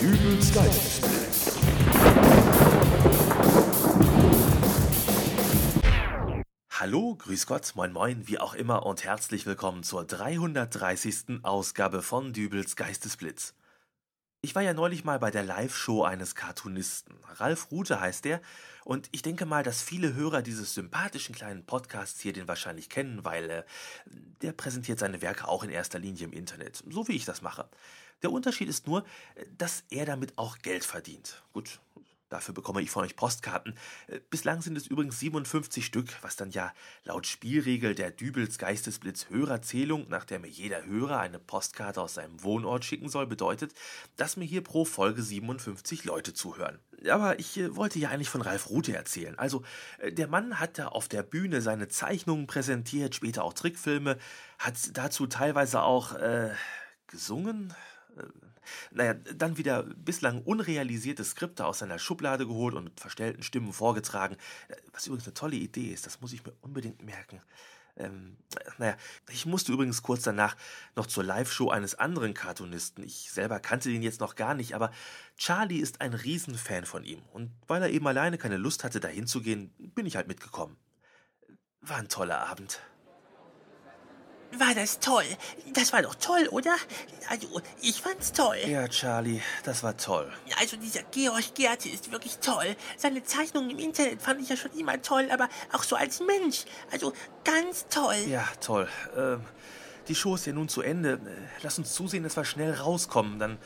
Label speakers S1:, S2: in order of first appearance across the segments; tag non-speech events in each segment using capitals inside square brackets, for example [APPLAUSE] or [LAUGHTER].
S1: des Geistes.
S2: Hallo, grüß Gott, moin moin, wie auch immer und herzlich willkommen zur 330. Ausgabe von Dübels Geistesblitz. Ich war ja neulich mal bei der Live-Show eines Cartoonisten. Ralf Rute heißt er. Und ich denke mal, dass viele Hörer dieses sympathischen kleinen Podcasts hier den wahrscheinlich kennen, weil äh, der präsentiert seine Werke auch in erster Linie im Internet. So wie ich das mache. Der Unterschied ist nur, äh, dass er damit auch Geld verdient. Gut, Dafür bekomme ich von euch Postkarten. Äh, Bislang sind es übrigens 57 Stück, was dann ja laut Spielregel der Dübels Geistesblitz Hörerzählung, nach der mir jeder Hörer eine Postkarte aus seinem Wohnort schicken soll, bedeutet, dass mir hier pro Folge 57 Leute zuhören. Aber ich äh, wollte ja eigentlich von Ralf Rute erzählen. Also, äh, der Mann hat da auf der Bühne seine Zeichnungen präsentiert, später auch Trickfilme, hat dazu teilweise auch äh, gesungen, äh, naja, dann wieder bislang unrealisierte Skripte aus seiner Schublade geholt und mit verstellten Stimmen vorgetragen. Äh, Was übrigens eine tolle Idee ist, das muss ich mir unbedingt merken. Ähm, naja, ich musste übrigens kurz danach noch zur Live-Show eines anderen Cartoonisten. Ich selber kannte den jetzt noch gar nicht, aber Charlie ist ein Riesenfan von ihm. Und weil er eben alleine keine Lust hatte, dahin zu gehen, bin ich halt mitgekommen. War ein toller Abend.
S3: War das toll? Das war doch toll, oder? Also, ich fand's toll.
S2: Ja, Charlie, das war toll.
S3: Also, dieser Georg Gerte ist wirklich toll. Seine Zeichnungen im Internet fand ich ja schon immer toll, aber auch so als Mensch. Also, ganz toll.
S2: Ja, toll. Ähm, die Show ist ja nun zu Ende. Äh, Lass uns zusehen, dass wir schnell rauskommen. Dann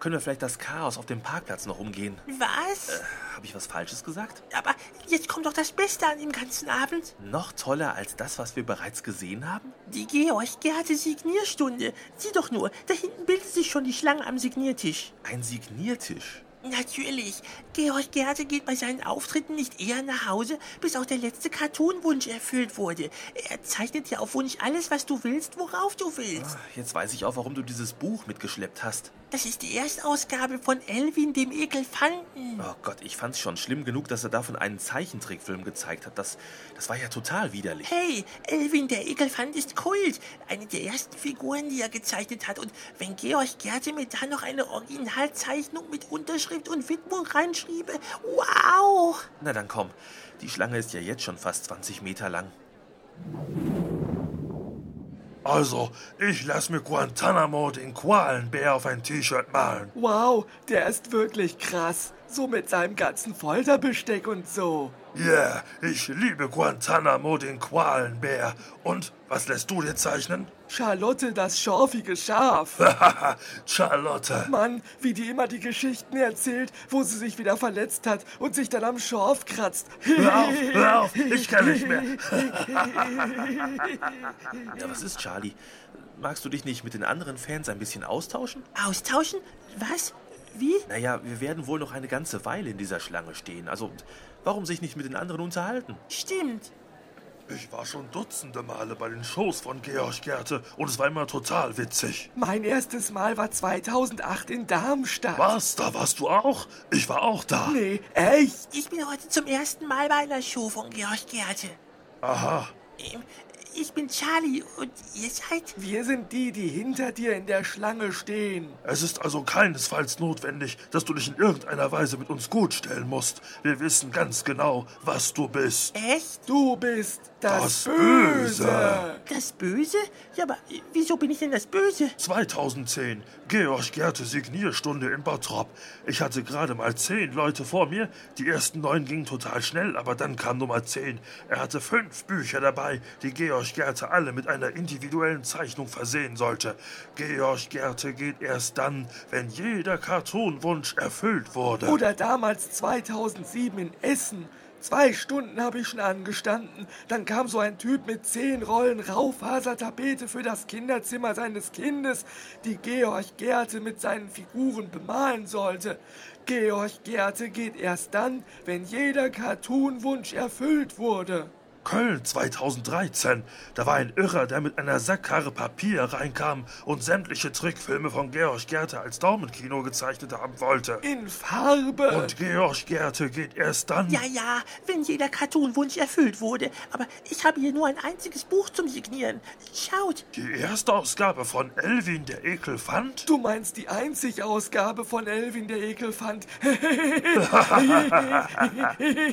S2: können wir vielleicht das Chaos auf dem Parkplatz noch umgehen.
S3: Was?
S2: Habe ich was Falsches gesagt?
S3: Aber jetzt kommt doch das Beste an dem ganzen Abend.
S2: Noch toller als das, was wir bereits gesehen haben?
S3: Die Georg Gerte Signierstunde. Sieh doch nur, da hinten bildet sich schon die Schlange am Signiertisch.
S2: Ein Signiertisch.
S3: Natürlich. Georg Gerte geht bei seinen Auftritten nicht eher nach Hause, bis auch der letzte Cartoon-Wunsch erfüllt wurde. Er zeichnet dir auf Wunsch alles, was du willst, worauf du willst.
S2: Jetzt weiß ich auch, warum du dieses Buch mitgeschleppt hast.
S3: Das ist die Erstausgabe von Elvin dem Ekelfanten.
S2: Oh Gott, ich fand's schon schlimm genug, dass er davon einen Zeichentrickfilm gezeigt hat. Das, das war ja total widerlich.
S3: Hey, Elvin der Ekelfant ist Kult. Eine der ersten Figuren, die er gezeichnet hat. Und wenn Georg Gerte mir da noch eine Originalzeichnung mit Unterschrift und Widmung reinschriebe, wow!
S2: Na dann komm, die Schlange ist ja jetzt schon fast 20 Meter lang.
S1: Also, ich lass mir Guantanamo den Qualenbär auf ein T-Shirt malen.
S4: Wow, der ist wirklich krass. So mit seinem ganzen Folterbesteck und so.
S1: Yeah, ich liebe Guantanamo den Qualenbär. Und was lässt du dir zeichnen? [LAUGHS]
S4: Charlotte, das schorfige Schaf.
S1: Hahaha, Charlotte.
S4: Mann, wie die immer die Geschichten erzählt, wo sie sich wieder verletzt hat und sich dann am Schorf kratzt.
S1: Hör auf, hör auf, ich kann nicht mehr.
S2: Ja, was ist, Charlie? Magst du dich nicht mit den anderen Fans ein bisschen austauschen?
S3: Austauschen? Was? Wie?
S2: Naja, wir werden wohl noch eine ganze Weile in dieser Schlange stehen. Also, warum sich nicht mit den anderen unterhalten?
S3: Stimmt.
S1: Ich war schon dutzende Male bei den Shows von Georg Gerte und es war immer total witzig.
S4: [LAUGHS] Mein erstes Mal war 2008 in Darmstadt.
S1: Was, da warst du auch? Ich war auch da.
S4: Nee, echt?
S3: Ich bin heute zum ersten Mal bei einer Show von Georg Gerte.
S1: Aha,
S3: Ähm, Ich bin Charlie und ihr seid...
S4: Wir sind die, die hinter dir in der Schlange stehen.
S1: es ist also keinesfalls notwendig, dass du dich in irgendeiner Weise mit uns gutstellen musst. Wir wissen ganz genau, was du bist.
S3: Echt?
S4: Du bist das,
S1: Das Böse.
S4: Böse.
S3: Das Böse? Ja, aber äh, wieso bin ich denn das Böse?
S1: 2010, Georg Gerte Signierstunde in Bottrop. Ich hatte gerade mal zehn Leute vor mir. Die ersten neun gingen total schnell, aber dann kam Nummer zehn. Er hatte fünf Bücher dabei, die Georg Gerte alle mit einer individuellen Zeichnung versehen sollte. Georg Gerte geht erst dann, wenn jeder Cartoonwunsch erfüllt wurde.
S4: Oder damals 2007 in Essen. Zwei Stunden habe ich schon angestanden. Dann kam so ein Typ mit zehn Rollen Raufasertapete für das Kinderzimmer seines Kindes, die Georg Gerte mit seinen Figuren bemalen sollte. Georg Gerte geht erst dann, wenn jeder Cartoonwunsch erfüllt wurde.
S1: Köln 2013. Da war ein Irrer, der mit einer Sackkarre Papier reinkam und sämtliche Trickfilme von Georg Gerte als Daumenkino gezeichnet haben wollte.
S4: In Farbe.
S1: Und Georg Gerte geht erst dann.
S3: Ja, ja, wenn jeder Cartoon-Wunsch erfüllt wurde. Aber ich habe hier nur ein einziges Buch zum Signieren. Schaut,
S1: Die erste Ausgabe von Elvin der Ekelfand?
S4: Du meinst die Einzigausgabe von Elvin der [LAUGHS] Ekelfand.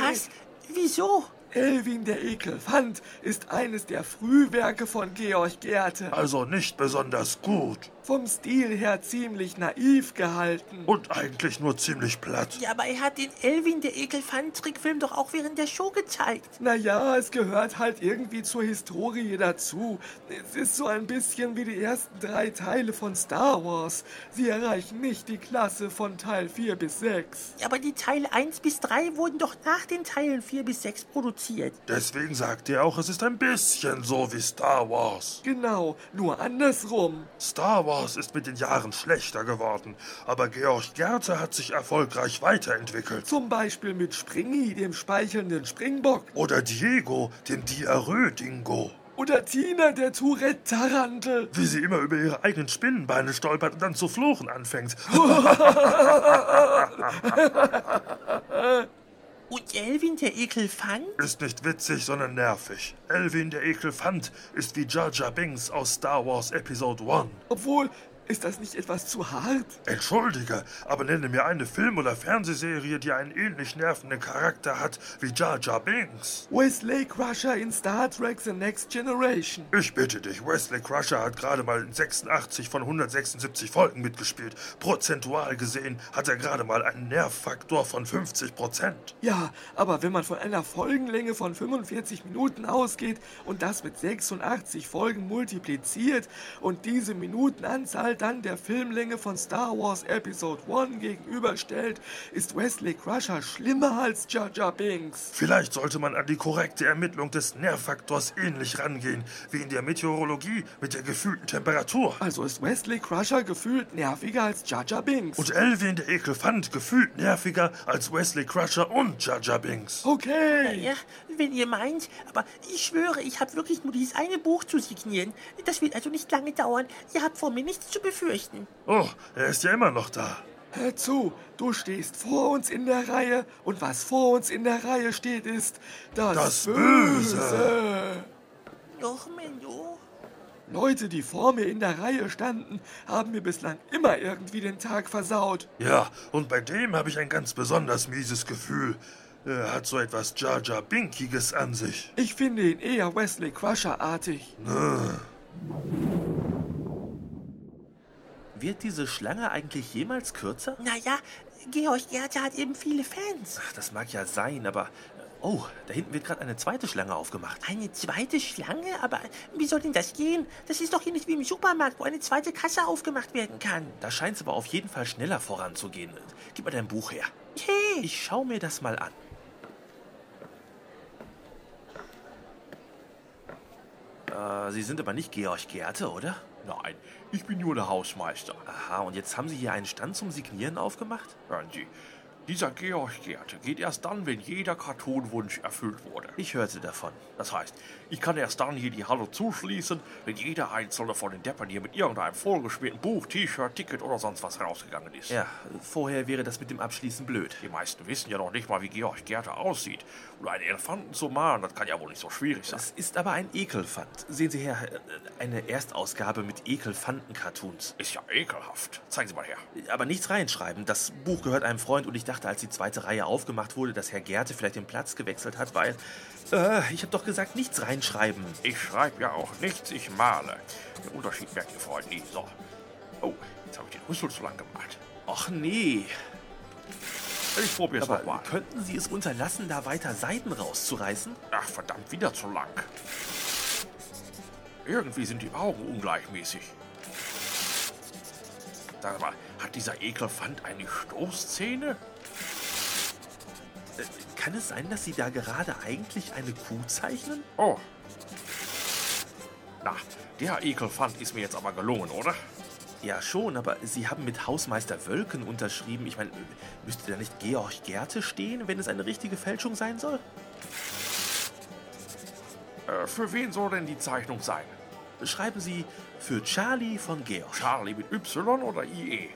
S3: was? Wieso?
S4: Elvin der Ekelfand ist eines der Frühwerke von Georg Gerte.
S1: Also nicht besonders gut.
S4: Vom Stil her ziemlich naiv gehalten.
S1: Und eigentlich nur ziemlich platt.
S3: Ja, aber er hat den Elvin der Ekelfan-Trickfilm doch auch während der Show gezeigt.
S4: Naja, es gehört halt irgendwie zur Historie dazu. Es ist so ein bisschen wie die ersten drei Teile von Star Wars. Sie erreichen nicht die Klasse von Teil 4 bis 6.
S3: Aber die Teile 1 bis 3 wurden doch nach den Teilen 4 bis 6 produziert.
S1: Deswegen sagt er auch, es ist ein bisschen so wie Star Wars.
S4: Genau, nur andersrum.
S1: Star Wars ist mit den Jahren schlechter geworden, aber Georg Gerte hat sich erfolgreich weiterentwickelt.
S4: Zum Beispiel mit Springy, dem speichelnden Springbock.
S1: Oder Diego, dem Diarrhoe-Dingo.
S4: Oder Tina, der Tourette-Tarantel.
S1: Wie sie immer über ihre eigenen Spinnenbeine stolpert und dann zu fluchen anfängt.
S3: Und Elvin der Ekelfan?
S1: Ist nicht witzig, sondern nervig. Elvin der Ekelfant ist wie Jar Jar Binks aus Star Wars Episode 1.
S4: Obwohl, ist das nicht etwas zu hart?
S1: Entschuldige, aber nenne mir eine Film- oder Fernsehserie, die einen ähnlich nervenden Charakter hat wie Jar Jar Binks.
S4: Wesley Crusher in Star Trek The Next Generation.
S1: Ich bitte dich, Wesley Crusher hat gerade mal in 86 von 176 Folgen mitgespielt. Prozentual gesehen hat er gerade mal einen Nervfaktor von 50 Prozent.
S4: Ja, aber wenn man von einer Folgenlänge von 45 Minuten ausgeht und das mit 86 Folgen multipliziert und diese Minutenanzahl dann der Filmlänge von Star Wars Episode 1 gegenüberstellt, ist Wesley Crusher schlimmer als Jar Jar Binks.
S1: Vielleicht sollte man an die korrekte Ermittlung des Nervfaktors ähnlich rangehen, wie in der Meteorologie mit der gefühlten Temperatur.
S4: Also ist Wesley Crusher gefühlt nerviger als Jar Jar Binks.
S1: Und Elvin der Ekelfant gefühlt nerviger als Wesley Crusher und Jar Jar Binks.
S4: okay.
S3: Ja, wenn ihr meint, aber ich schwöre, ich habe wirklich nur dieses eine Buch zu signieren. Das wird also nicht lange dauern. Ihr habt vor mir nichts zu befürchten.
S1: Oh, er ist ja immer noch da.
S4: Hör zu, du stehst vor uns in der Reihe und was vor uns in der Reihe steht ist das,
S1: Das
S4: Böse.
S1: Böse.
S3: Doch, Menno.
S4: Leute, die vor mir in der Reihe standen, haben mir bislang immer irgendwie den Tag versaut.
S1: Ja, und bei dem habe ich ein ganz besonders mieses Gefühl. Er hat so etwas Jar Jar Binkiges an sich.
S4: Ich finde ihn eher Wesley Crusher-artig.
S2: Wird diese Schlange eigentlich jemals kürzer?
S3: Naja, Georg Gerte hat halt eben viele Fans.
S2: Ach, das mag ja sein, aber. Oh, da hinten wird gerade eine zweite Schlange aufgemacht.
S3: Eine zweite Schlange? Aber wie soll denn das gehen? Das ist doch hier nicht wie im Supermarkt, wo eine zweite Kasse aufgemacht werden kann.
S2: Da scheint es aber auf jeden Fall schneller voranzugehen. Gib mal dein Buch her.
S3: Hey,
S2: Ich schau mir das mal an. Äh, Sie sind aber nicht Georg Gerte, oder? Nein, ich bin nur der Hausmeister. Aha, und jetzt haben Sie hier einen Stand zum Signieren aufgemacht?
S5: Hören Sie, dieser Georg Gerte geht erst dann, wenn jeder Cartoonwunsch erfüllt wurde.
S2: Ich hörte davon.
S5: Das heißt, ich kann erst dann hier die Halle zuschließen, wenn jeder einzelne von den Deppern hier mit irgendeinem vorgeschmierten Buch, T-Shirt, Ticket oder sonst was herausgegangen ist.
S2: Ja, vorher wäre das mit dem Abschließen blöd.
S5: Die meisten wissen ja noch nicht mal, wie Georg Gerte aussieht. Und einen Elefanten zu malen, das kann ja wohl nicht so schwierig sein.
S2: Das ist aber ein Ekelfand. Sehen Sie her, äh, eine Erstausgabe mit Ekelfanten-Cartoons.
S5: Ist ja ekelhaft. Zeigen Sie mal her.
S2: Aber nichts reinschreiben. Das Buch gehört einem Freund und ich dachte, als die zweite Reihe aufgemacht wurde, dass Herr Gerte vielleicht den Platz gewechselt hat, weil... Äh, ich habe doch gesagt, nichts reinschreiben.
S5: Ich schreibe ja auch nichts, ich male. Den Unterschied merken die Freunde nie. So. Oh, jetzt habe ich den Rüssel zu lang gemalt.
S2: Och nee.
S5: Ich probiere es
S2: Aber
S5: nochmal.
S2: könnten Sie es unterlassen, da weiter Seiten rauszureißen?
S5: Ach, verdammt, wieder zu lang. Irgendwie sind die Augen ungleichmäßig. Sag mal, hat dieser Ekelfand eine Stoßzähne?
S2: Äh, kann es sein, dass Sie da gerade eigentlich eine Kuh zeichnen?
S5: Oh. Na, der Ekelfand ist mir jetzt aber gelungen, oder?
S2: Ja, schon, aber Sie haben mit Hausmeister Wölken unterschrieben. Ich meine, äh, müsste da nicht Georg Gerte stehen, wenn es eine richtige Fälschung sein soll?
S6: Äh, für wen soll denn die Zeichnung sein?
S2: Schreiben Sie für Charlie von Georg.
S6: Charlie mit Y oder E? IE?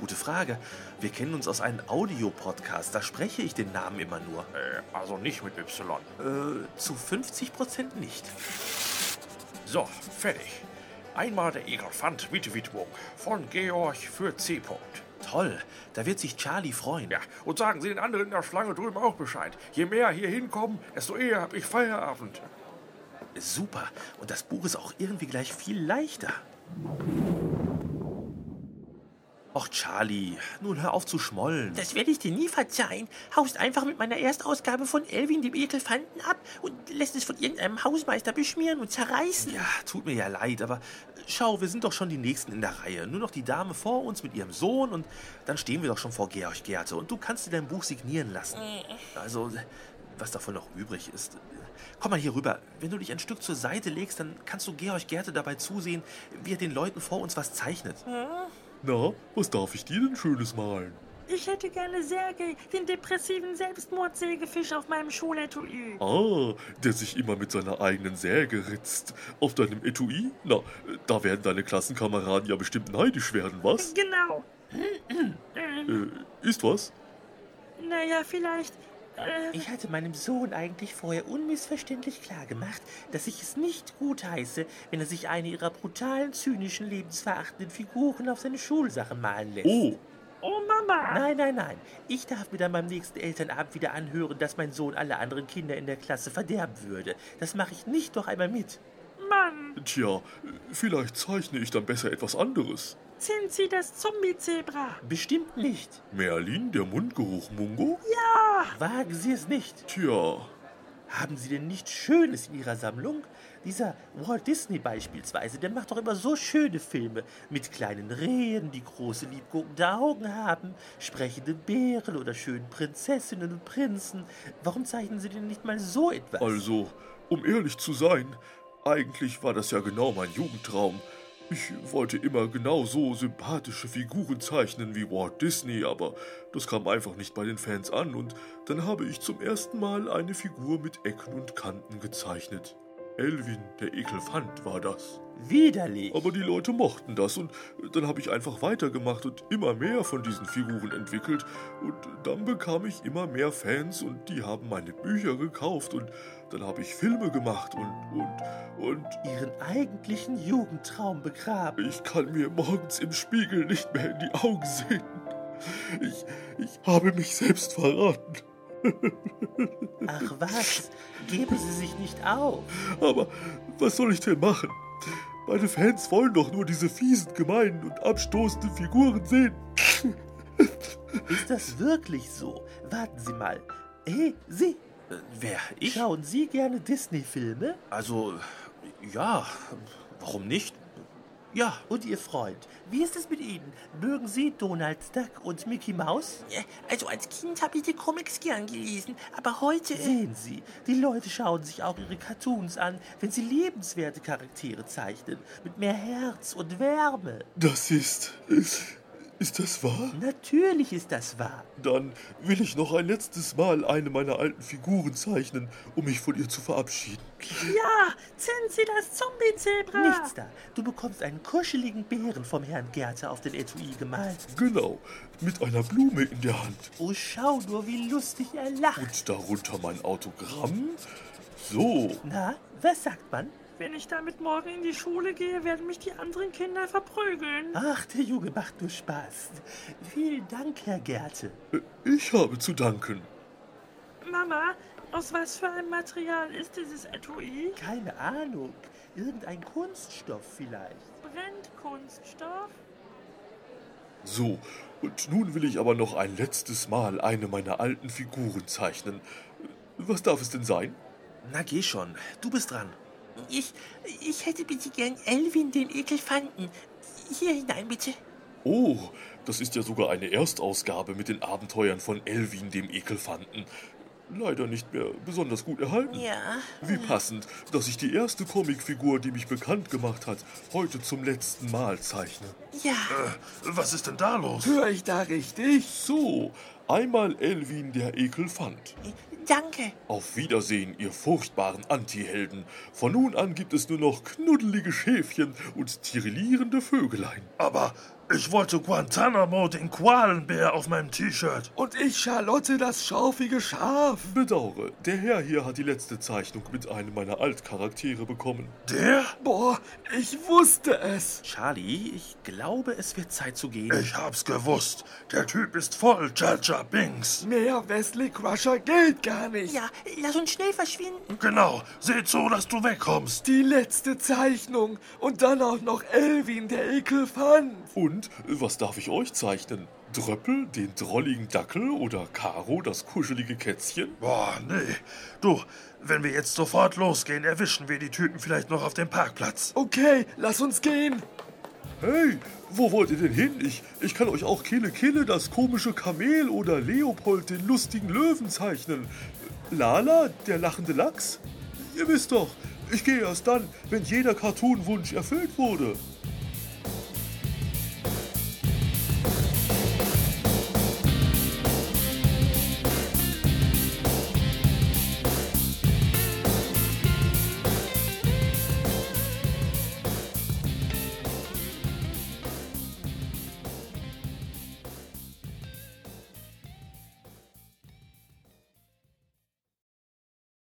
S2: Gute Frage. Wir kennen uns aus einem Audio-Podcast. Da spreche ich den Namen immer nur.
S6: Äh, also nicht mit Y.
S2: Äh, zu 50 Prozent nicht.
S6: So, fertig. Einmal der Ekelfant mit Widmung von Georg für C. -Punkt.
S2: Toll. Da wird sich Charlie freuen.
S6: Ja, und sagen Sie den anderen in der Schlange drüben auch Bescheid. Je mehr hier hinkommen, desto eher hab ich Feierabend.
S2: Super. Und das Buch ist auch irgendwie gleich viel leichter. Och, Charlie, nun hör auf zu schmollen.
S3: Das werde ich dir nie verzeihen. Haust einfach mit meiner Erstausgabe von Elvin dem Ekelfanten ab und lässt es von irgendeinem Hausmeister beschmieren und zerreißen.
S2: Ja, tut mir ja leid, aber äh, schau, wir sind doch schon die Nächsten in der Reihe. Nur noch die Dame vor uns mit ihrem Sohn und dann stehen wir doch schon vor Georg Gerte und du kannst dir dein Buch signieren lassen. Also, was davon noch übrig ist. äh, Komm mal hier rüber. Wenn du dich ein Stück zur Seite legst, dann kannst du Georg Gerte dabei zusehen, wie er den Leuten vor uns was zeichnet.
S4: Na, was darf ich dir denn Schönes malen?
S7: Ich hätte gerne Sergei, den depressiven Selbstmordsägefisch auf meinem Schuletui.
S4: Ah, der sich immer mit seiner eigenen Säge ritzt. Auf deinem Etui? Na, da werden deine Klassenkameraden ja bestimmt neidisch werden, was?
S7: Genau. ähm,
S4: Äh, ist was?
S7: naja, vielleicht. Äh,
S3: Ich hatte meinem Sohn eigentlich vorher unmissverständlich klargemacht, dass ich es nicht gut heiße, wenn er sich eine ihrer brutalen, zynischen, lebensverachtenden Figuren auf seine Schulsache malen lässt.
S4: Oh,
S7: oh Mama.
S3: Nein, nein, nein. Ich darf mir dann beim nächsten Elternabend wieder anhören, dass mein Sohn alle anderen Kinder in der Klasse verderben würde. Das mache ich nicht noch einmal mit.
S7: Mann.
S4: tja, vielleicht zeichne ich dann besser etwas anderes.
S7: Sind Sie das Zombie-Zebra?
S3: Bestimmt nicht.
S4: Merlin, der Mundgeruch, Mungo?
S7: Ja.
S3: Wagen Sie es nicht.
S4: Tja,
S3: Haben Sie denn nichts Schönes in Ihrer Sammlung? Dieser Walt Disney beispielsweise, der macht doch immer so schöne Filme mit kleinen Rehen, die große liebguckende Augen haben, sprechenden Bären oder schönen Prinzessinnen und Prinzen. Warum zeichnen Sie denn nicht mal so etwas?
S4: also, um ehrlich zu sein, eigentlich war das ja genau mein Jugendtraum. Ich wollte immer genau so sympathische Figuren zeichnen wie Walt Disney, aber das kam einfach nicht bei den Fans an und dann habe ich zum ersten Mal eine Figur mit Ecken und Kanten gezeichnet. Elvin, der Ekelfant, war das.
S3: Widerlich.
S4: Aber die Leute mochten das und dann habe ich einfach weitergemacht und immer mehr von diesen Figuren entwickelt und dann bekam ich immer mehr Fans und die haben meine Bücher gekauft und dann habe ich Filme gemacht und und und
S3: Ihren eigentlichen Jugendtraum begraben.
S4: ich kann mir morgens im Spiegel nicht mehr in die Augen sehen. Ich ich habe mich selbst verraten.
S3: Ach was, geben Sie sich nicht auf.
S4: Aber was soll ich denn machen? Meine Fans wollen doch nur diese fiesen, gemeinen und abstoßenden Figuren sehen.
S3: Ist das wirklich so? Warten Sie mal. Hey, Sie,
S2: Äh, wer? Ich?
S3: schauen Sie gerne Disney-Filme?
S2: Also, ja, warum nicht? Ja,
S3: Und Ihr Freund, wie ist es mit Ihnen? Mögen Sie Donald Duck und Mickey Mouse?
S8: Also als Kind habe ich die Comics gern gelesen, aber heute... äh
S3: Sehen Sie, die Leute schauen sich auch ihre Cartoons an, wenn sie lebenswerte Charaktere zeichnen, mit mehr Herz und Wärme.
S4: Das ist. Ist das wahr?
S3: Natürlich ist das wahr.
S4: Dann will ich noch ein letztes Mal eine meiner alten Figuren zeichnen, um mich von ihr zu verabschieden.
S7: Ja. Sind Sie das Zombie-Zebra?
S3: Nichts da. Du bekommst einen kuscheligen Bären vom Herrn Gerter auf den Etui gemalt.
S4: Genau, mit einer Blume in der Hand.
S3: Oh, schau nur, wie lustig er lacht.
S4: Und darunter mein Autogramm. So,
S3: Na, was sagt man?
S7: Wenn ich damit morgen in die Schule gehe, werden mich die anderen Kinder verprügeln.
S3: Ach, der Junge macht nur Spaß. Vielen Dank, Herr Gerte.
S4: ich habe zu danken.
S7: Mama, aus was für einem Material ist dieses Etui?
S3: Keine Ahnung. Irgendein Kunststoff vielleicht.
S7: Brennkunststoff?
S4: So, und nun will ich aber noch ein letztes Mal eine meiner alten Figuren zeichnen. Was darf es denn sein?
S2: na geh schon. Du bist dran.
S8: Ich, ich hätte bitte gern Elvin den Ekelfanten. Hier hinein bitte.
S4: Oh, das ist ja sogar eine Erstausgabe mit den Abenteuern von Elvin dem Ekelfanten. leider nicht mehr besonders gut erhalten.
S3: Ja.
S4: Wie passend, dass ich die erste Comicfigur, die mich bekannt gemacht hat, heute zum letzten Mal zeichne.
S3: Ja.
S1: Äh, was ist denn da los?
S9: Höre ich da richtig?
S4: So, einmal Elvin der Ekelfant.
S3: Danke.
S4: Auf Wiedersehen, ihr furchtbaren Antihelden. Von nun an gibt es nur noch knuddelige Schäfchen und tirillierende Vögelein.
S1: Aber ich wollte Guantanamo, den Qualenbär, auf meinem T-Shirt.
S9: Und ich, Charlotte, das schorfige Schaf.
S4: Bedauere, der Herr hier hat die letzte Zeichnung mit einem meiner Altcharaktere bekommen.
S1: Der?
S9: Boah, ich wusste es.
S2: Charlie, ich glaube, es wird Zeit zu gehen.
S1: Ich hab's gewusst. Der Typ ist voll Jaja Binks.
S9: Mehr Wesley Crusher gilt gar nicht.
S3: Ja, lass uns schnell verschwinden.
S1: Genau, seh zu, dass du wegkommst.
S9: Die letzte Zeichnung. Und dann auch noch Elvin, der Ekelfant.
S4: Und was darf ich euch zeichnen? Dröppel, den drolligen Dackel oder Karo, das kuschelige Kätzchen?
S1: Boah, nee. Du, wenn wir jetzt sofort losgehen, erwischen wir die Typen vielleicht noch auf dem Parkplatz.
S9: Okay, lass uns gehen.
S4: Hey, wo wollt ihr denn hin? Ich, ich kann euch auch Kille Kille, das komische Kamel oder Leopold, den lustigen Löwen zeichnen. Lala, der lachende Lachs? Ihr wisst doch, ich gehe erst dann, wenn jeder Cartoon-Wunsch erfüllt wurde.